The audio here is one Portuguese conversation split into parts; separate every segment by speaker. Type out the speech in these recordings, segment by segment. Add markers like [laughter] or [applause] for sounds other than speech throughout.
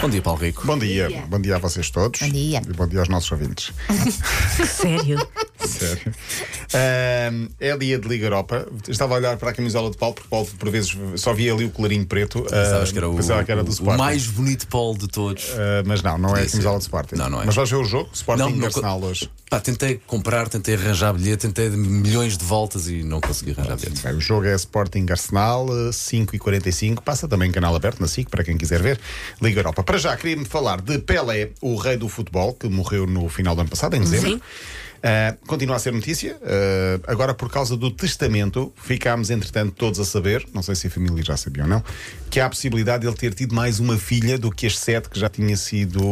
Speaker 1: Bom dia, Paulo Rico.
Speaker 2: Bom dia. bom dia, a vocês todos.
Speaker 3: Bom dia.
Speaker 2: E bom dia aos nossos ouvintes.
Speaker 3: Sério?
Speaker 2: Sério. Ahm, é dia de Liga Europa. Estava a olhar para a camisola de Paulo, porque Paulo, por vezes, só via ali o colarinho preto.
Speaker 1: Pensavas
Speaker 2: Ah,
Speaker 1: que era o,
Speaker 2: pensava que era do
Speaker 1: o
Speaker 2: Sporting.
Speaker 1: mais bonito Paulo de todos.
Speaker 2: Ah, mas não, não é a
Speaker 1: Podia ser.
Speaker 2: camisola do Sporting.
Speaker 1: Não, não é.
Speaker 2: Mas vais ver o jogo, Sporting
Speaker 1: Não,
Speaker 2: e
Speaker 1: não-
Speaker 2: Arsenal hoje.
Speaker 1: Pá, tentei comprar, tentei arranjar bilhete, tentei de milhões de voltas e não consegui arranjar bilhete.
Speaker 2: Bem, o jogo é Sporting Arsenal, eh, 5h45. Passa também canal aberto na SIC, para quem quiser ver. Liga Europa. Para já, queria-me falar de Pelé, o rei do futebol, que morreu no final do ano passado, em dezembro.
Speaker 3: Sim.
Speaker 2: Ah, continua a ser notícia. Ah, agora, por causa do testamento, ficámos, entretanto, todos a saber, não sei se a família já sabia ou não, que há a possibilidade de ele ter tido mais uma filha do que as sete que já tinha sido ah,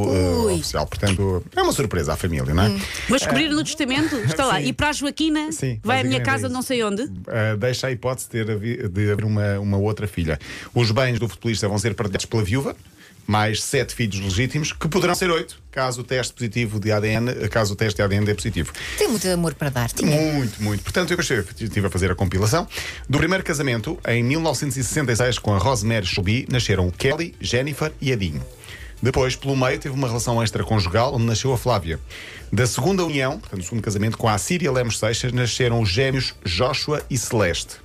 Speaker 3: Ui. Hum.
Speaker 2: oficial. Portanto, é uma surpresa à família, não é?
Speaker 4: Vou descobrir no testamento, está lá. E para a Joaquina,
Speaker 2: Sim,
Speaker 4: vai à minha
Speaker 2: basicamente é
Speaker 4: casa,
Speaker 2: isso.
Speaker 4: não sei onde.
Speaker 2: Uh, deixa a hipótese de ter havi- de haver uma, uma outra filha. Os bens do futebolista vão ser partilhados pela viúva, mais sete filhos legítimos, que poderão ser oito, caso o teste positivo de ADN, caso o teste de ADN dê positivo.
Speaker 3: Tem muito amor para dar. Tinha.
Speaker 2: Muito, muito. Portanto, eu gostei, estive a fazer a compilação. Do primeiro casamento, em 1966, com a Rosemary Shelby, nasceram o Kelly, Jennifer e Adinho. Depois, pelo meio, teve uma relação extraconjugal onde nasceu a Flávia. Da segunda união, portanto, do segundo casamento, com a Síria Lemos Seixas, nasceram os gêmeos Joshua e Celeste.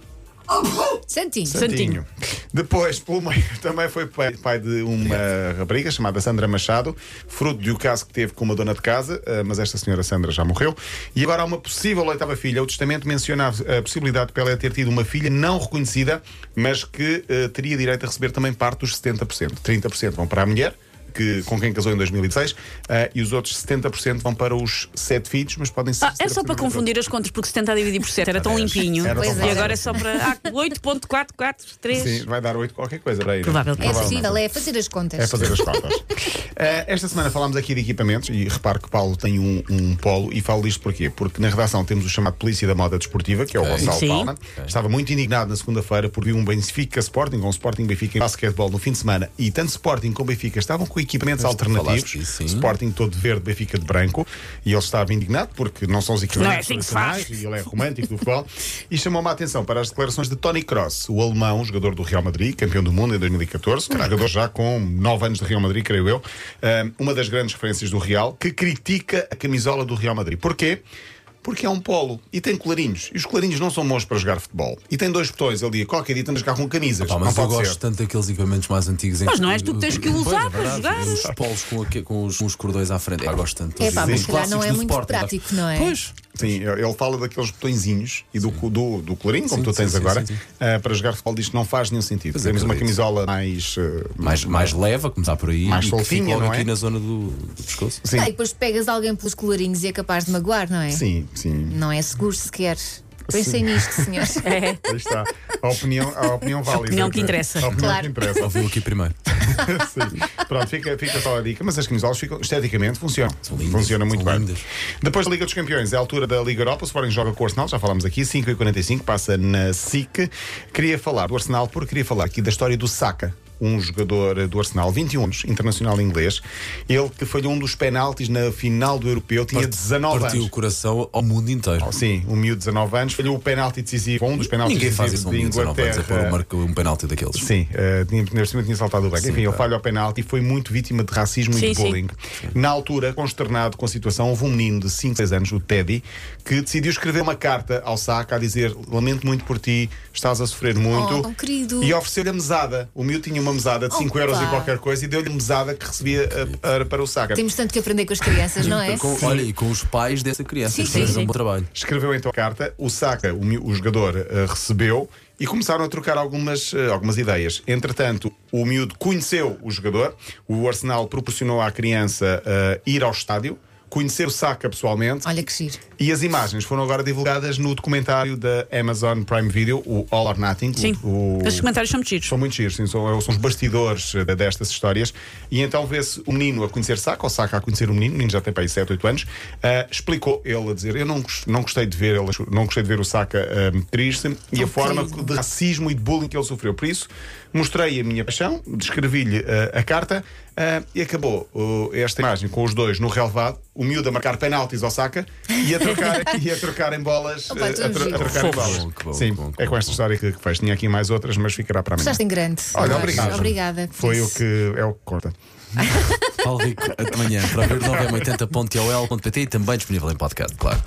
Speaker 2: Hum.
Speaker 3: Santinho. É
Speaker 2: Santinho. Depois, pelo meio, [laughs] também foi pai, pai de uma rapariga chamada Sandra Machado, fruto de um caso que teve com uma dona de casa, eh, mas esta senhora Sandra já morreu. E agora há uma possível oitava filha. O testamento menciona a a possibilidade de Pelé ter tido uma filha não reconhecida, mas que eh, teria direito a receber também parte dos 70%. 30% vão para a mulher. Que, com quem casou em 2016 eh, e os outros 70% vão para os sete filhos, mas podem ser.
Speaker 4: Ah, é só para confundir as contas, porque se tentar dividir por 7 era tão limpinho.
Speaker 2: Era tão
Speaker 4: e
Speaker 2: fácil.
Speaker 4: agora é só para. Ah, 8.4443.
Speaker 2: Sim, vai dar oito qualquer coisa para aí. não é?
Speaker 4: Provável.
Speaker 3: É possível, é fazer as contas.
Speaker 2: É fazer as
Speaker 4: [laughs]
Speaker 2: contas. Eh, esta semana falámos aqui de equipamentos e reparo que Paulo tem um, um polo e falo disto porquê? Porque na redação temos o chamado Polícia da Moda Desportiva, que é o Gonçalo
Speaker 4: Sim.
Speaker 2: Palma. Estava muito indignado na segunda-feira por vir um Benfica Sporting ou um Sporting Benfica em basquetebol no fim de semana e tanto Sporting como Benfica estavam com equipamentos
Speaker 1: Mas tu
Speaker 2: alternativos.
Speaker 1: falaste disso, sim.
Speaker 2: Sporting todo verde, Benfica de branco e ele estava indignado porque não são os equipamentos
Speaker 4: Não é assim que se faz.
Speaker 2: tradicionais e ele é romântico do futebol. E chamou-me a atenção para as declarações de Tony Cross, o alemão, jogador do Real Madrid, campeão do mundo em 2014, um jogador já com 9 anos de Real Madrid, creio eu, um, uma das grandes referências do Real, que critica a camisola do Real Madrid. Porquê? Porque é um polo e tem colarinhos. E os colarinhos não são bons para jogar futebol. E tem dois botões ali. Qualquer dia estamos a jogar com camisas.
Speaker 1: Pá,
Speaker 2: não
Speaker 1: mas eu
Speaker 2: pode
Speaker 1: gosto
Speaker 2: ser.
Speaker 1: tanto daqueles equipamentos mais antigos em
Speaker 4: Mas não és tu que tens que
Speaker 1: Pois,
Speaker 4: usar
Speaker 1: é
Speaker 4: para
Speaker 1: verdade,
Speaker 4: jogar.
Speaker 1: Os polos com, aque- com os, com os cordões à frente. Pá, gosto tanto.
Speaker 3: É pá,
Speaker 1: Os
Speaker 3: mas se calhar
Speaker 1: clássicos
Speaker 3: não é
Speaker 1: do
Speaker 3: muito
Speaker 1: Sporting.
Speaker 3: prático, não é?
Speaker 1: Pois.
Speaker 2: Sim, ele fala daqueles botõezinhos e do, do, do colarinho, como
Speaker 1: Sim,
Speaker 2: tu tens
Speaker 1: sim, sim,
Speaker 2: agora,
Speaker 1: sim, sim.
Speaker 2: eh, para jogar futebol, diz que não faz nenhum sentido.
Speaker 1: Pois é,
Speaker 2: Temos uma
Speaker 1: acredito.
Speaker 2: camisola mais. eh,
Speaker 1: Mais, mais leve, a começar por aí.
Speaker 2: Mais
Speaker 1: e que fica
Speaker 2: soltinha,
Speaker 1: logo
Speaker 2: não é?
Speaker 1: aqui na zona do, do
Speaker 2: [laughs]
Speaker 1: pescoço.
Speaker 2: sim,
Speaker 3: Ah, e depois pegas alguém pelos colarinhos e é capaz de magoar, não é?
Speaker 2: sim, sim.
Speaker 3: Não é seguro sequer. Pensem
Speaker 2: Sim.
Speaker 3: nisto,
Speaker 2: [laughs]
Speaker 3: senhor.
Speaker 4: É.
Speaker 2: Aí está. A opinião, a opinião válida.
Speaker 4: opinião que interessa.
Speaker 2: A opinião
Speaker 3: Claro.
Speaker 2: que interessa.
Speaker 1: Ouviu aqui primeiro.
Speaker 2: Sim. Pronto, fica, fica só a dica. Mas as camisolas ficam, esteticamente funcionam.
Speaker 1: São lindas,
Speaker 2: funcionam muito
Speaker 1: são
Speaker 2: bem.
Speaker 1: lindas.
Speaker 2: Depois da Liga dos Campeões, é a altura da Liga Europa. O Sporting joga com o Arsenal, já falámos aqui, 5h45, passa na SIC. Queria falar do Arsenal porque queria falar aqui da história do Saka. Um jogador eh, do Arsenal, 21 anos, internacional inglês. Ele que falhou um dos penaltis na final do Europeu, tinha 19
Speaker 1: Partiu
Speaker 2: anos.
Speaker 1: o coração ao mundo inteiro.
Speaker 2: Sim, um miúdo de 19 anos, falhou o penalti decisivo, um dos penaltis
Speaker 1: Ninguém faz
Speaker 2: decisivos
Speaker 1: isso a um
Speaker 2: de
Speaker 1: mundo inteiro. Não vai dizer pôr
Speaker 2: Inglaterra.
Speaker 1: um, marco- um penalti daqueles.
Speaker 2: Sim, eh, tinha, neste momento tinha saltado o banco. Enfim, ele falha ao penalti e foi muito vítima de racismo e
Speaker 4: Sim,
Speaker 2: de
Speaker 4: sim.
Speaker 2: bullying. Na altura, consternado com a situação, houve um menino de 5, 6 anos, o Teddy, que decidiu escrever uma carta ao Saca a dizer: Lamento muito por ti, estás a sofrer muito.
Speaker 3: tão querido.
Speaker 2: E ofereceu-lhe a mesada. O miúdo tinha uma mesada de 5
Speaker 3: Opa.
Speaker 2: euros e qualquer coisa e deu-lhe a mesada que recebia eh, para, para o Saca.
Speaker 3: Temos tanto que aprender com as crianças, não é?
Speaker 1: Com, olha, e com os pais dessa criança.
Speaker 3: Sim,
Speaker 1: que
Speaker 3: sim,
Speaker 1: fazem um
Speaker 4: sim.
Speaker 1: bom trabalho.
Speaker 2: Escreveu então a carta, o Saka, o, mi- o jogador, eh, recebeu e começaram a trocar algumas, eh, algumas ideias. Entretanto, o miúdo conheceu o jogador, o Arsenal proporcionou à criança eh, ir ao estádio, conhecer o Saka pessoalmente
Speaker 3: Olha que giro.
Speaker 2: e as imagens foram agora divulgadas no documentário da Amazon Prime Video, o All or Nothing.
Speaker 4: Sim.
Speaker 2: o- o-
Speaker 4: Estes comentários são muito giros.
Speaker 2: são muito giros, sim, são, é são os bastidores eh, destas histórias. E então vê-se o menino a conhecer Saca, ou Saca a conhecer o menino, o menino já tem para aí 7, 8 anos, ah, explicou ele a dizer: Eu não, gos- não gostei de ver, ele, não gostei de ver o Saca ah, triste e a forma
Speaker 3: querido.
Speaker 2: de racismo e de bullying que ele sofreu. Por isso, mostrei a minha eh, paixão, descrevi-lhe ah, a carta ah, e acabou oh, esta imagem com os dois no relevado. o miúdo a marcar penaltis ao saca e a trocar, e a trocar em bolas.
Speaker 3: Opa,
Speaker 2: eh,
Speaker 3: tu
Speaker 2: a,
Speaker 3: és giro.
Speaker 2: a trocar em
Speaker 1: Que bom,
Speaker 2: bolas.
Speaker 1: que bom,
Speaker 2: Sim,
Speaker 1: que bom, que
Speaker 2: é com
Speaker 1: bom.
Speaker 2: esta história que, que fez. Tinha aqui mais outras, mas ficará para amanhã.
Speaker 3: Gostaste em grande.
Speaker 2: Olha,
Speaker 3: Adoro.
Speaker 2: obrigado.
Speaker 3: Obrigada. por
Speaker 2: Foi o
Speaker 3: isso.
Speaker 2: que é o que corta.
Speaker 1: Paulo Rico, até amanhã para ver 980.ol.pt e também disponível em podcast, claro.